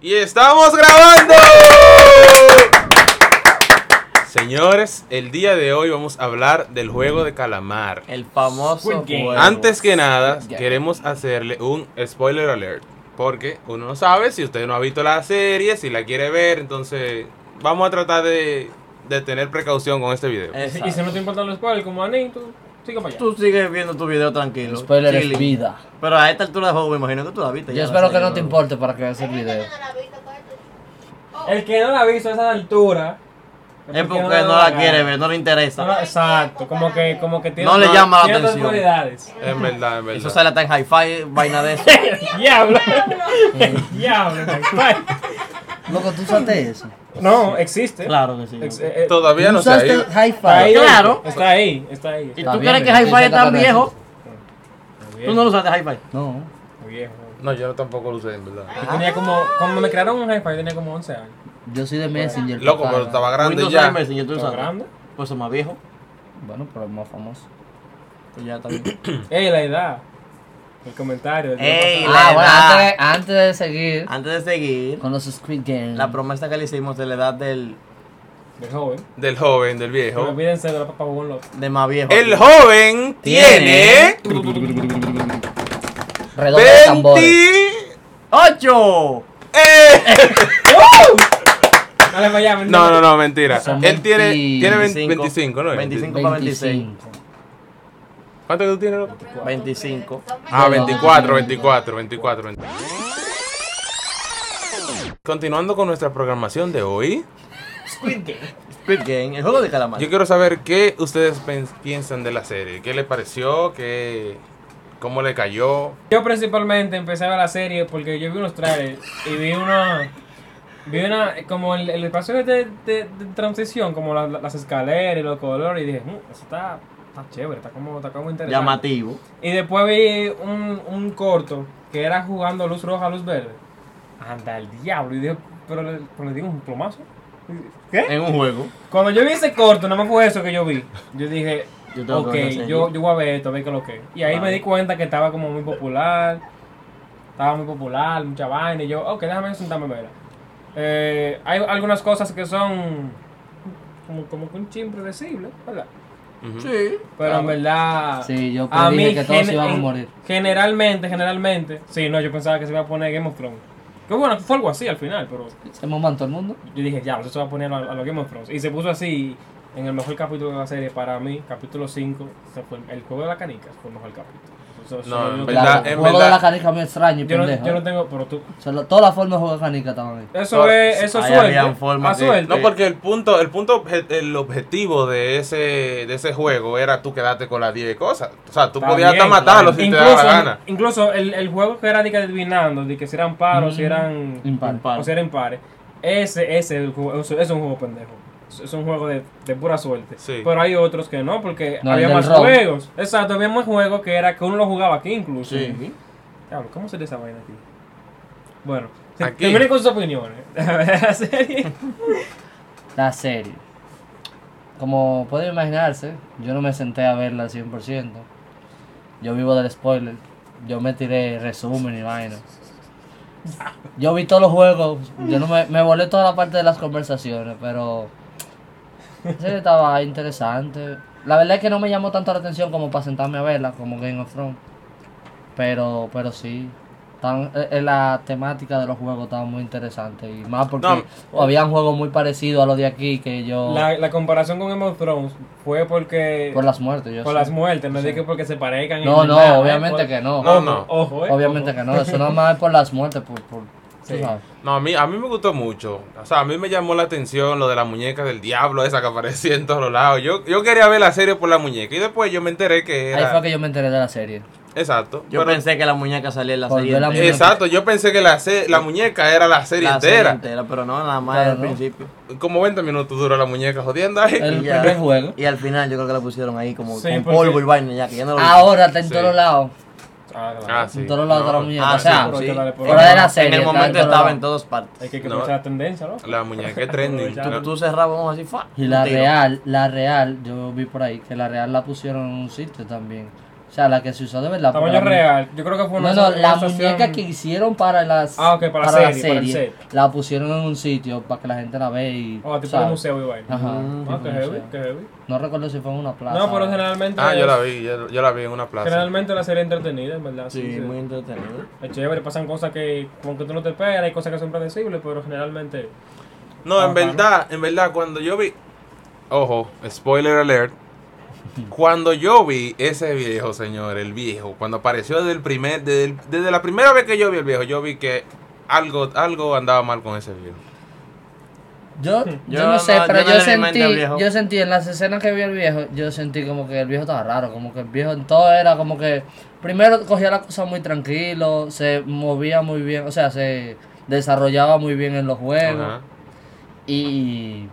Y estamos grabando. Señores, el día de hoy vamos a hablar del juego de calamar. El famoso Squid Game. juego. Antes pues, que nada, Ya. queremos hacerle un spoiler alert. Porque uno no sabe si usted no ha visto la serie, si la quiere ver. Entonces, vamos a tratar de, de tener precaución con este Eh. video. Y si no te importan los spoilers, como a Nin, tú sigue para allá. Tú sigues viendo tu video tranquilo. Spoiler es chilling. vida. Pero a esta altura de juego me imagino que tú la viste. Yo ya, espero la que serie, no te importe para que veas el Hay gente video. que no la ha visto, cógete. El que no la ha visto a esa altura. Es porque no la quiere ver, no le No la- interesa. exacto, como que, como que tiene. No le llama la tiene otras atención. prioridades. En verdad, en verdad. Eso sale hasta en hi-fi, vaina de eso. Diablo. Diablo. Loco, ¿tú usaste eso? No, existe. claro que sí. Ex- eh, eh, Todavía no se ha ¿Usaste ido. está ahí, hi-fi? Claro. Está ahí, está ahí. ¿Y Está tú bien, crees que pero hi-fi es está tan para viejo? Muy Tú no lo usaste hi-fi. No. muy viejo. No, yo tampoco lo usé, en verdad. Yo tenía como, cuando me crearon un hi-fi, yo tenía como 11 años. Yo soy de Messenger. Loco, papá. pero estaba grande Windows ya. Live Messenger, tú Estaba usaste. grande. Pues es más viejo. Bueno, pero es más famoso. Pues ya está bien. Ey, la edad. El comentario. el Ey, día pasado. la Ah, bueno, edad. antes de, antes de seguir Antes de seguir, con los Squid Game. la promesa que le hicimos de la edad del, Del joven. Del joven, del No viejo. olvídense de la papa Bonlo. de más viejo. El joven tiene Tiene Redoble de tambores. 20. ¡Ocho! ¡Eh! Dale para allá, No, no, no, mentira. Son Él tiene, tiene 20 25, 25, ¿no? es? 25. 25. ¿Cuánto que tú tienes, loco? 25. Ah, Perdón. 24, 24, 24, 24. Continuando con nuestra programación de hoy, Squid Game, el juego de calamar. yo quiero saber qué ustedes pen- piensan de la serie. ¿Qué les pareció? ¿Qué, ¿Cómo le cayó? Yo principalmente empecé a ver la serie porque yo vi unos trailers y vi una. Vi una. Como el, el espacio de, de- de transición, como la- la- las escaleras y los colores, y dije, "Mm, eso está, está chévere, está como, está como interesante. Llamativo. Y después vi un, un corto que era jugando luz roja, luz verde. Anda el diablo, y dije, pero le, pero le digo un plomazo. ¿Qué? ¿Eh? En un juego. Cuando yo vi ese corto, no me fue eso que yo vi. Yo dije, Yo tengo que ok, ver la serie. yo, yo voy a ver esto, a ver qué es lo que es. Y ahí me Vale. di cuenta que estaba como muy popular. Estaba muy popular, mucha vaina. Y yo, ok, déjame sentarme a verla. Eh, hay algunas cosas que son como, como que un chin predecible, ¿verdad? Ujú. Sí. Pero en verdad. Ah, Sí, yo predije que todos gen- iban a en- morir. Generalmente, generalmente. Sí, no, yo pensaba que se iba a poner Game of Thrones. Que bueno, fue algo así al final, pero Se momento todo el mundo. yo dije, ya, eso se va a poner a, a los Game of Thrones. Y se puso así en el mejor capítulo de la serie para mí, capítulo 5. se fue el juego de las canicas fue el mejor capítulo. Eso- eso No, en yo verdad, Claro, en el juego verdad. de la canica me extraño y yo, no, eh, pendejo. yo no tengo, pero tú. Solo- todas las formas de jugar canica estaban ahí. Eso No, es, eso ah, es ahí suerte. habían formas a que- suerte. No, porque el punto, el punto, obje- el objetivo de ese, de ese juego era tú quedarte con las 10 cosas. O sea, tú Está podías bien, hasta matarlos claro. si te Incluso- daba la gana. Incluso el, el juego que era de que adivinando, de que si eran paros, si eran. Impar. Impar. O si eran pares. Ese, ese es, el juego- es es un juego pendejo. Es- Es un juego de, de pura suerte. Sí. Pero hay otros que no, porque No, había el del más robo. juegos. Exacto, había más juegos que era que uno lo jugaba aquí incluso. Sí. Diablo, ¿cómo se esa vaina aquí? Bueno, Aquí. terminen con sus opiniones. La serie. La serie. Como pueden imaginarse, yo no me senté a verla al 100%. Yo vivo del spoiler. Yo me tiré resumen y vaina. Yo vi todos los juegos. Yo no me, me volé toda la parte de las conversaciones, pero. La serie estaba interesante. La verdad es que no me llamó tanto la atención como para sentarme a verla, como Game of Thrones. Pero, pero sí. Tan- eh, eh, la temática de los juegos estaba muy interesante. Y más porque habían juegos muy parecidos a los de aquí que yo. la, la comparación con Game of Thrones fue porque. por las muertes, yo por sé. las muertes, no dije que porque se parezcan. No, y no, nada, ¿eh? obviamente Por- que no. No, no. Ojo, eh. Obviamente ojo. que no. Eso nada más es por las muertes, por. por tú Sí. sabes. No, a mí, a mí me gustó mucho. O sea, a mí me llamó la atención lo de la muñeca del diablo esa que aparecía en todos los lados. Yo, yo quería ver la serie por la muñeca y después yo me enteré que Ahí fue era... que yo me enteré de la serie. Exacto. Yo pero- pensé que la muñeca salía en la Por serie ver la entera. muñeca Exacto, yo pensé que la, se- la muñeca era la serie La serie entera. entera, pero no, nada más Claro, al ¿no? principio. Como 20 minutos dura la muñeca jodiendo ahí. El Ya. primer juego. Y al final yo creo que la pusieron ahí como Sí, con porque- polvo y vaina ya, que ya no lo vi. Ahora está en Sí. todos lados. Ah, claro. Ah, sí. En todos lados No, está la muñeca. Ah, o sea, sí, sí. por- Fuera de la serie, En el está en momento todos estaba lados. en todas partes. Hay que No. escuchar la tendencia, ¿no? La muñeca es trending. Aprovechando. Tú, tú cerrabas así, fa. y la un tiro. real, la real, yo vi por ahí que la real la pusieron en un sitio también. O sea, la que se usó de verdad. porque Tamaño la mu- real. Yo creo que fue una. No, no, la sensación- muñeca que hicieron para las Ah, ok, para la serie, para el set. la pusieron en un sitio para que la gente la vea y Oh, tipo de ¿sabes? museo y vaina. Ajá. Mm. tipo Ah, qué heavy, museo. qué heavy. No recuerdo si fue en una plaza. No, pero generalmente. Ah, yo la es- vi, yo, yo la vi en una plaza. Generalmente la serie es entretenida, en verdad. Sí, sí. muy entretenido. Es chévere, pasan cosas que como que tú no te esperas, hay cosas que son predecibles, pero generalmente. No, en Ajá. verdad, en verdad, cuando yo vi. Ojo, spoiler alert. Cuando yo vi ese viejo, señor, el viejo, cuando apareció desde el primer, desde, el- desde la primera vez que yo vi el viejo, yo vi que algo, algo andaba mal con ese viejo. Yo, Yo yo no, no- sé, pero yo no yo, le sentí, alimenté al viejo. yo sentí en las escenas que vi el viejo, yo sentí como que el viejo estaba raro, como que el viejo en todo era como que primero cogía la cosa muy tranquilo, se movía muy bien, o sea, se desarrollaba muy bien en los juegos Ajá. y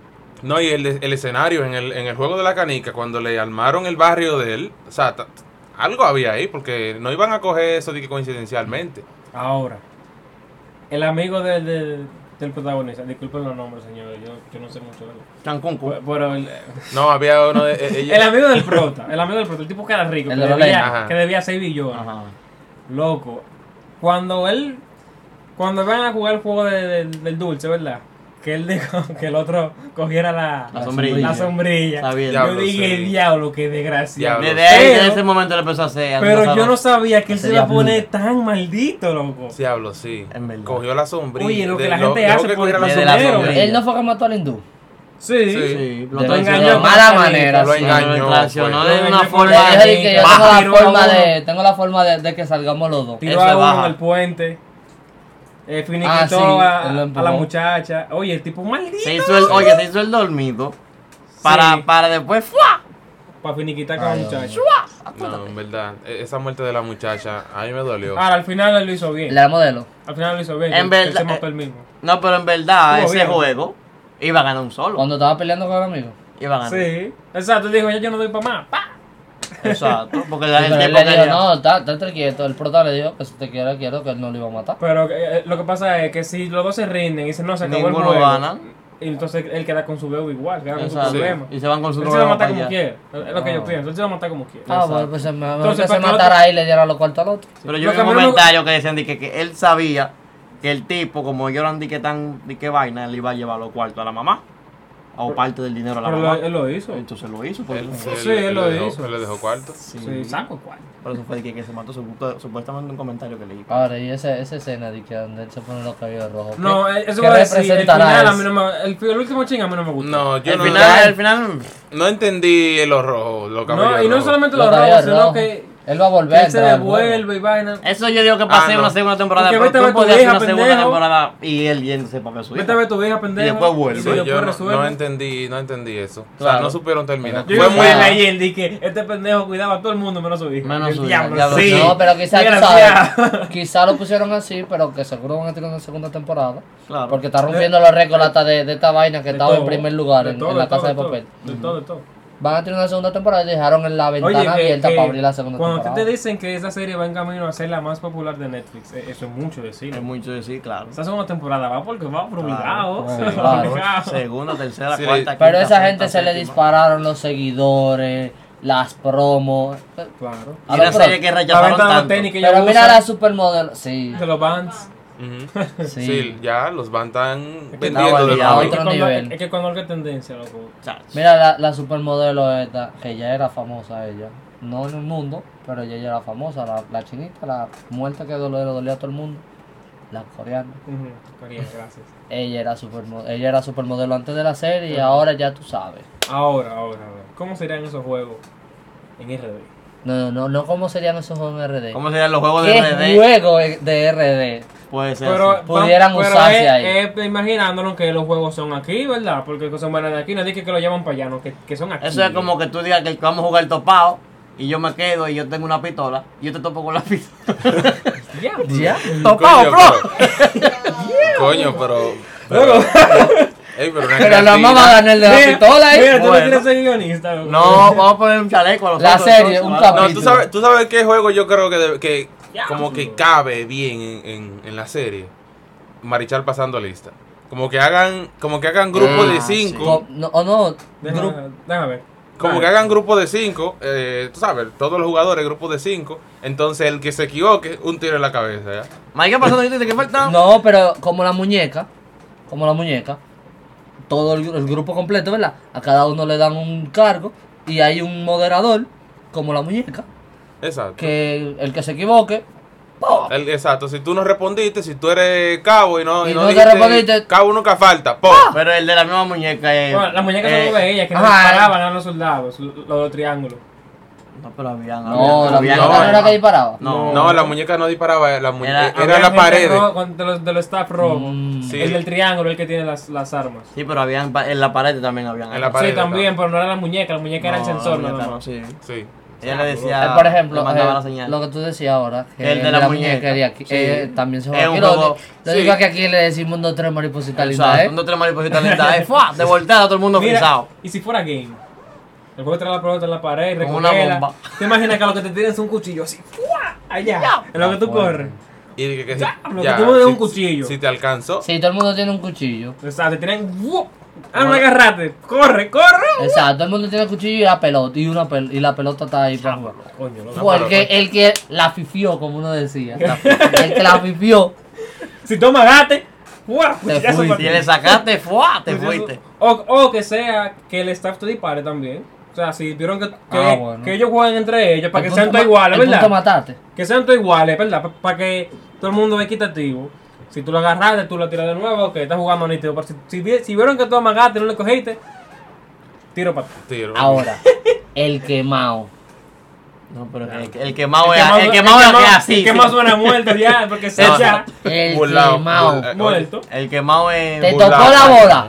No, y el, el escenario en el, en el juego de la canica, cuando le armaron el barrio de él, o sea, ta- algo había ahí, porque no iban a coger eso de que coincidencialmente. Ahora, el amigo del, del, del protagonista, disculpen los nombres, señor, yo, yo no sé mucho de él. Chancunco. Pero- Pero el, No, había uno de e- ella- el amigo del prota, el amigo del prota, el tipo que era rico, El que de los debía, lentes. Ajá. que debía 6 billones. Ajá. Loco, cuando él, cuando van a jugar el juego de- de- del dulce, ¿verdad? Que él dijo que el otro cogiera la, La sombrilla. la sombrilla. Está bien. Diablo, yo dije, sí. diablo, qué desgracia. Diablo. Desde ahí, desde Pero- ese momento le empezó a hacer. a Pero empezar yo a- no sabía que él se Sería iba a poner tan maldito, loco. Diablo, sí. En verdad. Cogió la sombrilla. Oye, lo que de- la gente dejó hace que por- cogiera la desde la sombrilla. sombrilla. él no fue que mató al hindú. Sí. Sí. Sí, lo De- traicionó. de engañó. mala manera. Lo sí. engañó. Lo traicionó fue. de Lo una engañó Le forma. dije de que yo tengo la Tiró a forma uno. de, tengo la forma de, de que salgamos los dos. Tiró Él a se uno baja. en el puente. Eh, finiquitó Ah, sí, a, él lo a la empujó. muchacha. Oye, el tipo maldito. Se hizo el, oye, se hizo el dormido. Para, Sí. para después. ¡fua! Para finiquitar con la Ay, Dios muchacha. Ah, No, en verdad. e- Esa muerte de la muchacha, a mí me dolió. Ahora, al final él lo hizo bien. La modelo. Al final lo hizo bien. En él- verdad- eh, él se mató él mismo. No, pero en verdad, Estuvo ese bien. juego iba a ganar un solo. Cuando estaba peleando con el amigo. Iba a ganar. Sí. Exacto, él dijo, ya yo no doy para más. ¡Pa! Exacto. Porque Sí, la pero gente él le dijo, no, está- estate quieto. El prota le dijo que si te quiero, quiero, que él no lo iba a matar. Pero eh, lo que pasa es que si los dos se rinden y dicen, no, se acabó Ninguno el juego. gana. Y entonces él queda con su bebo igual, queda con Exacto. su problema. Y se van con su Él se va a matar para como allá. quiera. Es lo que yo Ah. pienso. Él se va a matar como quiera. Ah, bueno, pues me mejor Entonces, que para se que el matara otro- ahí y le diera los cuartos al otro. Pero Lo yo vi que a un mí no me- comentario que decían de que, que él sabía que el tipo, como ellos eran de que tan de qué vaina, él iba a llevar los cuartos a la mamá. O parte del dinero a la Pero mamá. lo- él lo hizo. Entonces lo hizo. Por, Él- Sí, él- sí, él él le lo dejó- hizo. él le dejó cuarto. Sí, saco cuál. por eso fue de que, que se mató supu- supuestamente un comentario que Ah, leí. Ahora, y esa, esa escena de que donde él se pone los cabellos rojos. ¿qué- No, eh, eso qué va a decir. El representará final a eso? mí no me- el, el último ching a mí no me gusta. No, yo al, no, final, al final, no entendí los rojos, los No, cabellos y no rojos. solamente Los los cabellos robos, sino rojos. que Él va a que volver. él se a entrar al juego. devuelve y vaina. eso yo digo que pasé Ah, no. una segunda temporada. Porque vete a Pero ver tú tu podías hacer vieja, una segunda pendejo. temporada y él yéndose para ver su Vete a hija. ver tu vieja, pendejo. Y después vuelve. Sí, Y después yo no, resuelve. no entendí, no entendí eso. O sea, Claro. no supieron terminar. Yo Yo Fue fui muy a ayer y que este pendejo cuidaba a todo el mundo menos a su hija. Menos El su hija, diablo, diablo, sí. No, pero quizás tú Desgraciado. sabes, quizá lo pusieron así, pero que seguro van a tener una segunda temporada. Claro. Porque está rompiendo los récords hasta de, de esta vaina que De estaba en todo, primer lugar de en, todo, en la todo, casa de todo, papel. De todo, de todo. Van a tener una segunda temporada y dejaron la ventana abierta para abrir la segunda cuando a ti temporada. te dicen que esa serie va en camino a ser la más popular de Netflix, eh, eso es mucho decir. Es mucho decir, claro. Esa segunda temporada va porque va por obligado. Claro, pues, va claro. obligado. Segunda, tercera, Sí. cuarta. Pero quinta, esa sexta, gente se le séptima. dispararon los seguidores, las promos. Claro. Y una serie que La rechazaron venta de los tanto. tenis que yo Pero mira uso, la supermodelo. Sí, de los bands. Ujú. sí. Sí. ya los van tan que vendiendo de nuevo. estaba liado. A otro es que cuando, nivel. Es que cuando hay tendencia, loco. Chacho. Mira la, la supermodelo esta, que ya era famosa ella. No en el mundo, pero ella ya era famosa. La, la chinita, la muerta que dolo- le dolía a todo el mundo. La coreana. Ujú, Corina, gracias. Ella era supermodelo, ella era supermodelo antes de la serie y ahora ya tú sabes. Ahora, ahora, ahora. ¿Cómo serían esos juegos en RD? No, no, no, no cómo serían esos juegos en RD. ¿Cómo serían los juegos ¿Qué de RD? juego de RD? Puede ser. Pero, así. Pudieran pero usarse es- ahí. es imaginándonos que los juegos son aquí, ¿verdad? Porque que son buenas de aquí, no dije que lo llevan para allá, no, que, que son aquí. Eso es como que tú digas que vamos a jugar topado y yo me quedo y yo tengo una pistola y yo te topo con la pistola. Ya. ¿Ya? ¡Topado, bro! Coño, pero. pero- Ey, pero una Pero la creatina. mamá ganó el de la Mira, pistola ¿eh? ahí. Mira, tú no Bueno. quieres ser guionista. loco. No, vamos a poner un chaleco a los La otros, serie, entonces, un ¿vale? capítulo. No, tú sabes, tú sabes qué juego yo creo que, de- que Ya, como que chulo. cabe bien en, en- en la serie. Marichal pasando lista. Como que hagan, como que hagan grupos Ah, de sí. cinco. Co- no- o no, Déjame, déjame ver. Como, Como que hagan grupos de cinco, eh, tú sabes, todos los jugadores, grupos de cinco. Entonces el que se equivoque, un tiro en la cabeza. ¿ya? Mike, ¿qué pasó? ¿Te dijiste que falta? No, pero como la muñeca, como la muñeca, todo el, gru- el grupo completo, ¿verdad? A cada uno le dan un cargo y hay un moderador, como la muñeca, Exacto. que el que se equivoque, ¡pum! El- exacto, si tú no respondiste, si tú eres cabo y no, Y no te dijiste, respondiste. Cabo nunca falta. po. Pero el de la misma muñeca es. Bueno, las muñecas eh, son de ellas, que no ajá, disparaban a los soldados, lo- lo- los triángulos. No, pero habían. No, la habían- muñeca no era que disparaba. No. No, la muñeca no disparaba, la muñe- Era- era, Había la gente pared. ro- con- de, los, de los staff rojos. Mm. Sí. El del triángulo, el que tiene las, las armas. Sí, pero habían. pa- En la pared también habían. En la algo. pared, sí, también, pero no era la muñeca, la muñeca era el No, sensor. la nada muñeca más. no, sí. Sí. Ella le decía. Eh, por ejemplo, le mandaba eh, la señal. lo que tú decías ahora, que El de la muñeca. de aquí, Sí. eh, también se Es juega un quirones. juego- Yo sí. digo que aquí le decimos dos tres maripositas lindas, Exacto, ¿eh? un dos, tres maripositas lindas. eh, ¡fua! De volteada, todo el mundo Mira, frisado. y si fuera game. El juego trae la pelota en la pared, Con una recogerla. bomba. Te imaginas que a lo que te tiran es un cuchillo así, ¡fua! allá, en lo que tú corres. Y que, que si- Ya, lo que tú me des un cuchillo. Si te alcanzó. Sí, todo el mundo tiene un cuchillo. O sea, te tiran, ¡fua! ¡Ah, no agarrate! ¡Corre, corre! Exacto, todo el mundo tiene un cuchillo y la pelota, y, una pel- y la pelota está ahí para jugar. Coño, loco. Fue el que, el que la fifió, como uno decía. La- el que la fifió. Si tú amagaste, ¡fua! Cuchillazo fuiste. para Si ti. Pues le sacaste, ¡fua! Te Cuchillazo. fuiste. O, o que sea que el staff te dispare también. O sea, si vieron que, que, Ah, bueno. que ellos juegan entre ellos para que el punto sean todos ma- iguales, El punto ¿verdad? mataste. Que sean todos iguales, ¿verdad? Para que todo el mundo es equitativo. Si tú lo agarraste, tú lo tiras de nuevo, que estás jugando nítido. Pero si, si, vi- si vieron que tú amagaste y no le cogiste, tiro para atrás. Tiro. Ahora, el quemado. No, pero el, el quemado es más- Ah, el quemado es más- así. El que sí. más suena muerto ya, porque se No, echa El Burlao, quemado. burla- eh, muerto. El quemado es. Te burlao. tocó la bola.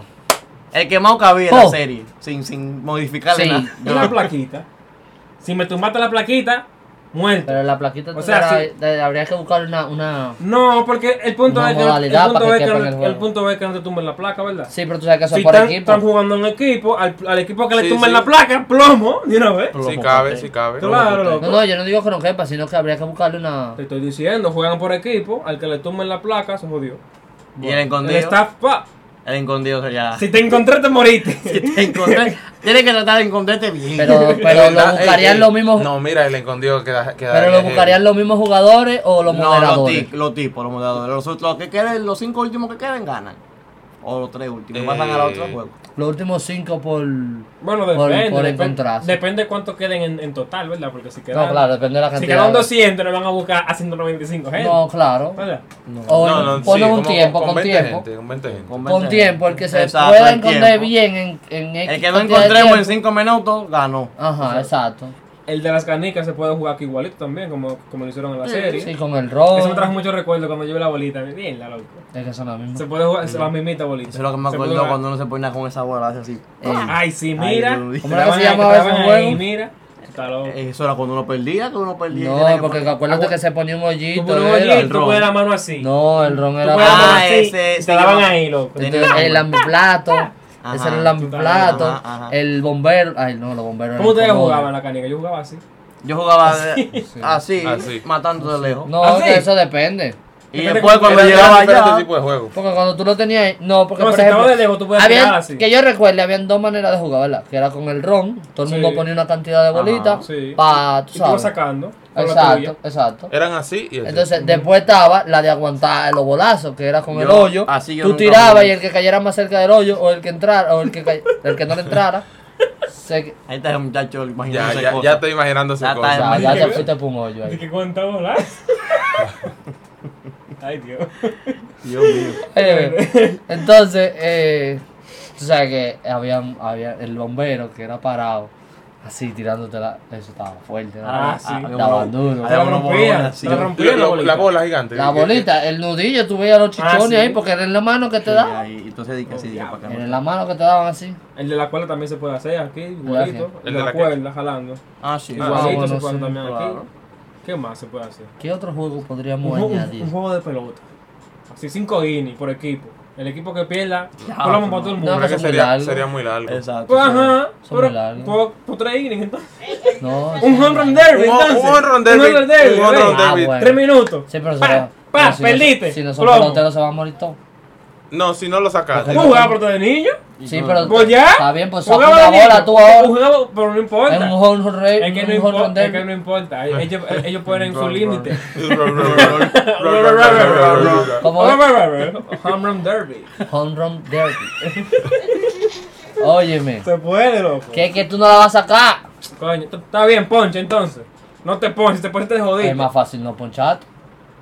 El quemado cabía en la Oh. serie. Sin, sin modificarle Sí. nada. Y una plaquita. Si me tumbaste la plaquita, muerto. Pero la plaquita O tú sea, la- sí. te- habría que buscar una, una. No, porque el punto Una es que, el modalidad punto para que es que quepa no- en el el, juego. punto es que no te tumben la placa, ¿verdad? Sí, pero tú sabes que eso si es por están, equipo. están jugando en equipo, al, al equipo que le Sí, tumben sí. la placa, plomo, de una vez. Si cabe, si cabe. Claro, loco. No, no, yo no digo que no quepa, sino que habría que buscarle una. Te estoy diciendo, juegan por equipo, al que le tumben la placa se jodió. Y el El escondido. staff, pa. El escondido sería. Si te encontré, te moriste. Te encontré- Tienes que tratar de encontrarte bien. Pero, De pero lo eh, verdad, buscarían ey, los ey, mismos. No, eh, mira, el encondido queda. queda Pero lo buscarían los mismos jugadores o los no, los, moderadores. ti- los tipos, los moderadores. Los, otros- los que queden, los cinco últimos que queden ganan. O los tres últimos. Eh. Pasan al otro juego. Los últimos cinco por. Bueno, Por- depende. por depende, encontrarse. depende cuánto queden en, en total, ¿verdad? Porque si quedan, No, claro, depende de la si cantidad. quedan ¿eh? 200, le van a buscar a 195 gente. No, claro. ¿Verdad? O No, no, sí, ponen un como tiempo, con, 20 tiempo. gente, con 20 gente. Con 20. tiempo, el que se Exacto, pueda el encontrar tiempo. bien en, en X El que no cantidad de encontremos en tiempo. cinco minutos ganó. Ajá, exacto. El de las canicas se puede jugar aquí igualito también, como, como lo hicieron en la serie. Sí, con el Eso me trajo rol. mucho recuerdo cuando llevé la bolita. Bien, la loco. Es que son las mismas. Se puede jugar, es la mismita bolita. Eso es lo que me Se acordó puede cuando uno se ponía con esa bola, hace así. jugar. Ay, sí, Ay, mira. Dios mío. ¿Cómo era que se llamaba ese Y juego? mira. Está loco. Eso era cuando uno perdía, que uno perdía. y tenía Eh. No, que porque poner- acuérdate Acu- que se ponía un Tú hoyito. pones era. oye, el tú ron. pones la mano así. No, el ron Tú era pones la Ah, mano para- así. ese- y ese te la van llamaba- ahí, loco. Entonces, el lambiplato, Ajá. ese era el lambiplato, Ajá, ajá. el bombero, ay no, los bomberos. ¿Cómo ustedes eran colores. jugaban la canica? Yo jugaba así. Yo jugaba de- así, Así. matando de lejos. No, ¿Ah, sí? que eso depende. Y Depende después cómo- cuando Era- era llegaba diferente allá, tipo de juego. Porque cuando tú lo tenías, ahí- no, porque No, por si estaba ejemplo, de lejos, tú puedes habían- tirar así. que yo recuerde, habían dos maneras de jugar, ¿verdad? Que era con el ron, todo el Sí. mundo ponía una cantidad de bolitas sí. para, tú Y tú vas sabes. sacando. con la tuya. exacto, exacto. Eh, Eran así y así. Entonces, después estaba la de aguantar los bolazos, que era con el Yo- hoyo. así yo Tú nunca tirabas jugué. y el que cayera más cerca del hoyo, o el que entrara, o el que, cay- el que no le entrara, se, ahí está el muchacho ya, imaginándose ya, ya cosas. estoy imaginando Ya esa está o cosa. sea, ya Imagínate. te fuiste por un hoyo ¿De ahí. qué cuántas bolas? Ay, Dios. Dios mío. Eh, entonces, eh, tú sabes que había, había el bombero que era parado, así tirándotela. Eso estaba fuerte, ¿no? Ah, sí. estaba duro. Había La unos rompía. bolones, sí. La Lo- rompía lo- la bolita. la bola gigante. La bolita, el nudillo, tú veías los chichones Ah, sí. ahí, porque era en la mano que te Y daban. ahí, entonces dije así, dije para que Era no- en la mano que te daban así. El de la cuerda también se puede hacer aquí, igualito. Gracias. El de la cuerda, jalando. Ah, sí. Ah, Igualito bueno, se puede sí, también claro. aquí. ¿Qué más se puede hacer? ¿Qué otro juego Un, podríamos ju- un- añadir? un juego de pelota. Así, cinco guineas por equipo. El equipo que pierda, Ya, no. colamos para todo el Pero mundo. No, que Eso es muy sería, largo. sería muy largo. Exacto. Pues, ajá, Son muy pero largos. por, por tres innings entonces. No, eso Un no. home run Un- derby, un entonces. home run derby, Un home run derby, un home ¿ves? run derby. Ah, bueno. Tres minutos. Sí, pero se Pa, va- pa, pero si no- perdiste. si no son Plomo. peloteros, se van a morir todos. No, si no lo sacaste. ¿Cómo jugaba por todo de niño? Sí, pero Pues ya. está bien, pues saca Jugaba una de niño. bola tú ahora. Jugaba, pero no importa. Es un home run rate, Es que un no home run importa, es derby. que no importa. Ellos, ellos ponen su límite. ¿Cómo es? Home Run Derby. Home run derby. Óyeme, Se puede, loco. que que tú no la vas a sacar. Coño, t- está bien, ponche entonces. No te ponches, te ponches te jodiste. Es más fácil no ponchar.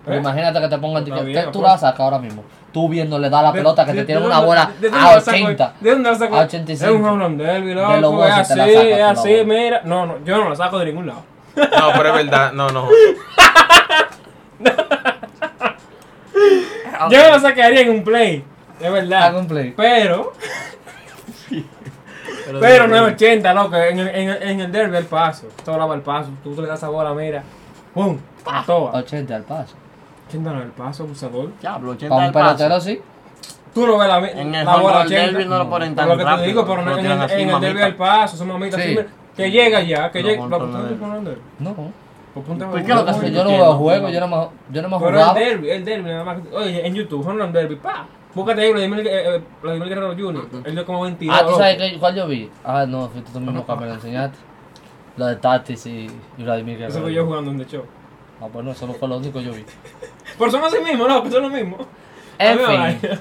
Pero ¿Eh? Imagínate que te pongan Está que bien, te- tú pues. la vas a sacar ahora mismo. Tú viendo le da la De- pelota que de- te tiene de una dónde- bola de- de dónde a la saco- 80. ¿De dónde la saco? a 85. Es un home run derby, loco. los es bosses te la así, sacas, es te la así, bolas. mira. No, no, yo no la saco de ningún lado. No, pero es verdad, no, no. Yo no la sacaría en un play. De verdad. Haga Ah, un Ah, play. Pero. Pero no es 80, loco. En el, en, el- en el derby el paso. Todo va el paso. Tú le das esa bola, mira. ¡Pum! Ah. A toa. 80 al paso. 80 no el paso, abusador. Diablo, 80 Para al un paso. pelotero sí. Tú no ves la, En el la home bola run 80. derby no lo ponen tan Por lo que rápido. te digo, pero lo en, en, tiran así, en el mamita. derby al paso, son mamitas Sí. así, mira, que llega ya, que No llega. Lo controla que el- tú pones en derby. No. Pues ponte a ¿Por qué ver, lo que oye, hace Yo no que veo no juego, juega. yo no me, yo no me Pero el jugaba. derby, el derby, nada más. Oye, en YouTube, home run derby, pa. Búscate ahí Vladimir, eh, eh, Vladimir Guerrero Jr. Él dio como 22. Ah, ¿tú sabes loco. qué, cuál yo vi? Ah, no, fuiste tú mismo que me lo enseñaste. Lo de Tatis y, y Vladimir Guerrero. Eso fue yo jugando en The Show. Ah, bueno, eso no fue lo único que yo vi. Pero son así mismo, loco, son lo mismo. En No me fin. vayas.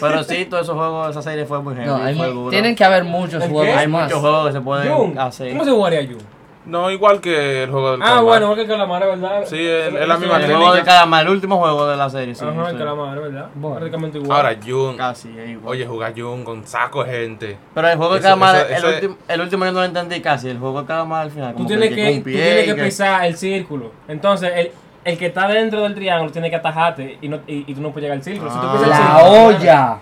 Pero sí, todos esos juegos, esa serie fue muy heavy. No, hay fue mu- duro. tienen que haber muchos ¿El juegos qué? hay más. muchos juegos que se pueden Jun, hacer. ¿cómo se jugaría Jun? No, igual que el juego del Ah, calamar. bueno, igual que el calamar, ¿verdad? Sí, es- es la Eso misma el es- juego de técnica. calamar, el último juego de la serie, sí. Ajá, sí. el calamar, ¿verdad? Bueno. Prácticamente igual. Ahora, Jun. Casi, es igual. Oye, jugar Jun con saco de gente. Pero el juego de Eso- calamar, eso- eso el, es- último, el último yo no lo entendí casi. El juego de calamar al final. tú como tienes que, con tú tienes que pie, pisar el círculo. Entonces, el, el que está dentro del triángulo tiene que atajarte y, no, y, y tú no puedes llegar al círculo. Si tú Ah. pisas el La círculo, olla.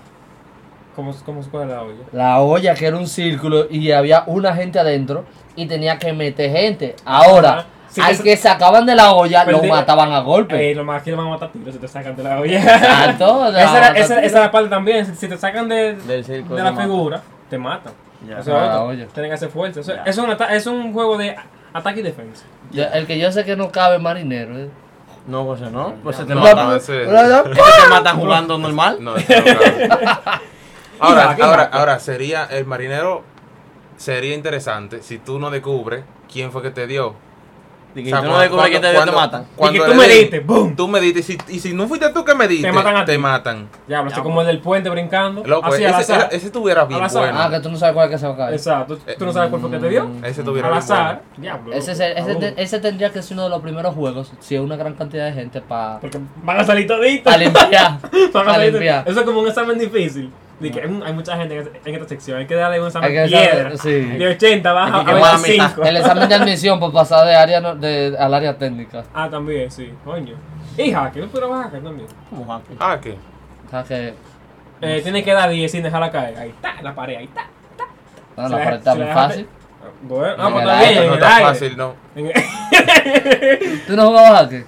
¿Cómo, cómo se cuela la olla? La olla que era un círculo y había una gente adentro y tenía que meter gente. Ahora, Ajá. Sí, al eso- que sacaban de la olla lo Perdí- Eh, mataban a golpe. Ey, lo más que le van a matar tiros si te sacan de la olla. Exacto, esa, era, matar esa, esa tiros. era la parte también. Si, si te sacan de, Del círculo de la te matan. figura, te matan. Ya. Eso es Ah, otro. oye. Tienen que hacer fuerza. Eso- Ya. Es, un ata- es un juego de a- ataque y defensa. Yo- el que yo sé que no cabe marinero. ¿eh? No, José, no. Pues se te No, matan. no, ese- Es que te matan jugando normal. No, eso no cabe. Ahora, Iba, iba. ahora, ahora, sería el marinero. Sería interesante si tú no descubres quién fue que te dio. Y que O sea, tú no cuando- descubres que te, cuando- te matan. cuando Y que tú le me den, diste, ¡boom! Tú me diste. Y si, y si no fuiste tú que me diste, Te matan a ti. matan. Ya, pero Ya, estoy pues. como el del puente brincando. Loco, así, al ese, azar. era- ese tuviera bien Al azar. bueno. Ah, que tú no sabes cuál es que se va a caer. Exacto. Tú no sabes cuál fue que te dio. Ese tuviera Al bien azar. bueno. Diablo. Ese, loco, se- ese cabrón. te- ese tendría que ser uno de los primeros juegos, si es una gran cantidad de gente, para Porque van a salir toditos. limpiar. Van a pa salir limpiar. toditos. Eso es como un examen difícil. De que, mm, hay mucha gente en esta- en esta sección. Hay que darle un examen Hay que piedra. saber- sí. De 80 baja Hay que a quemar la 25. El examen de admisión por pasar de área no- de- al área técnica. Ah, también, sí. Coño. Y hacker. No puedo hacker también. Como hacker. Ah, ¿qué? O sea que. Eh, tiene que dar 10 sin dejarla caer. Ahí está, en la pared. Ahí está. No, Si la la- pared está si la muy dejaste- fácil. Ah, Bueno, ah, En pues el está aire, bien. Eso en no el está aire. fácil, no. En- ¿Tú no jugabas aquí?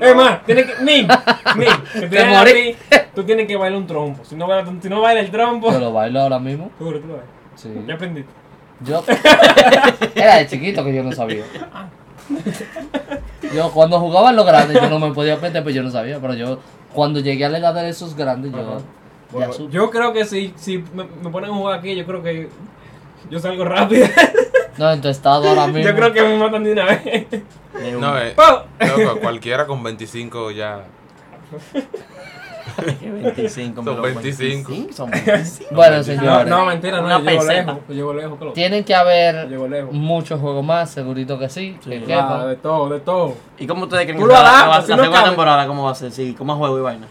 Es más, tiene que. Nin, Nin, que te Te hagan a morí. ti, tú tienes que bailar un trompo. Si no baila, si no baila el trompo. Yo lo bailo ahora mismo. Seguro, tú lo bailas. Sí. Ya aprendiste. Yo. Era de chiquito que yo no sabía. Yo cuando jugaba en los grandes, yo no me podía meter, pues yo no sabía. Pero yo, cuando llegué a la edad de esos grandes, yo. Ajá. Ya supe. Yo creo que si, si me, me ponen a jugar aquí, yo creo que. Yo salgo rápido. No, en tu estado ahora mismo. Yo creo que me matan de una vez. De No, una. eh, ¡Pau! loco, cualquiera con 25 ya. Que 25, eh. Son pero 25. Son 25. Bueno, No, señores. no, mentira, no. Una Yo llego peseta. lejos. Yo llego lejos, claro. Tienen que Yo haber llego lejos. muchos juegos más, segurito que sí. Sí. que Ah, quepan. de todo, de todo. ¿Y cómo ustedes creen Tú que lo será la, adaptas, la- si la no segunda cabe. temporada cómo va a ser? Sí, con más juego y vaina.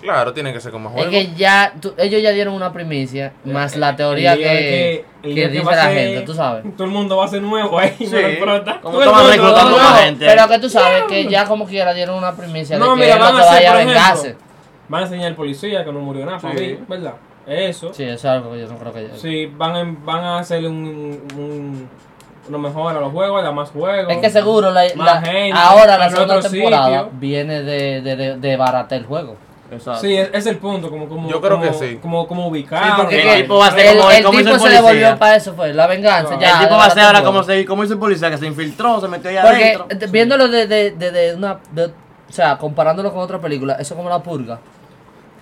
Claro, tiene que ser como Es juego. que ya, tú- ellos ya dieron una primicia, más la teoría Eh, El día que, el que día dice va a la ser- gente, tú sabes. Todo el mundo va a ser nuevo ahí. Sí, No le importa. como Todo el estaban mundo- reclutando no, más no. gente. pero que tú sabes que ya como quiera dieron una primicia No, de que mira, él no van se a hacer, vaya a por ejemplo, vengarse. Van a enseñar al policía que no murió nada, para Sí. mí, ¿verdad? Eso. Sí, eso es algo que yo no creo que... Sí, van a, van a hacer un, un, una mejora a los juegos, dar más juegos. Es que seguro, la, Más la- gente, ahora la en segunda otro temporada sitio. viene de, de, de, de baratar el juego. Exacto. Sí, es, es el punto, como, como, Yo creo como, que sí. como, como ubicar. Sí, porque como- el tipo va a El, ser como- el como hizo tipo el se devolvió policía. para eso, fue la venganza. No. ya, el tipo va a ser desbarató el ahora juego. como se, como hizo el policía que se infiltró, se metió ahí Porque adentro. eh, viéndolo desde de, de- de una... de- o sea, comparándolo con otra película, eso es como la purga.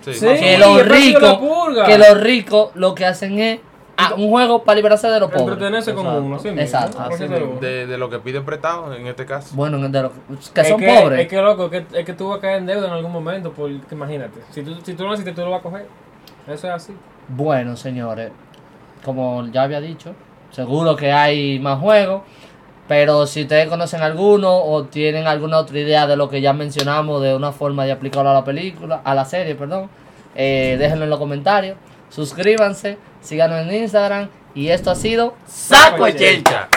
Sí. Sí. que Uy, los el precio de la ricos, purga. que los ricos lo que hacen es ah, un juego para librarse de los pobres. Entretenerse como Exacto. uno, así mismo, Exacto. ¿no? Así Porque mismo. se lo- De, de lo que piden prestado, en este caso. Bueno, de los que Es son que- pobres. Es que loco, es que, es que tú vas a caer en deuda en algún momento, porque imagínate. Si tú, si tú no lo hiciste, tú lo vas a coger. Eso es así. Bueno, señores, como ya había dicho, seguro que hay más juegos, pero si ustedes conocen alguno o tienen alguna otra idea de lo que ya mencionamos de una forma de aplicarlo a la película, a la serie, perdón, eh, déjenlo en los comentarios, suscríbanse, síganos en Instagram y esto ha sido Saco de chelcha.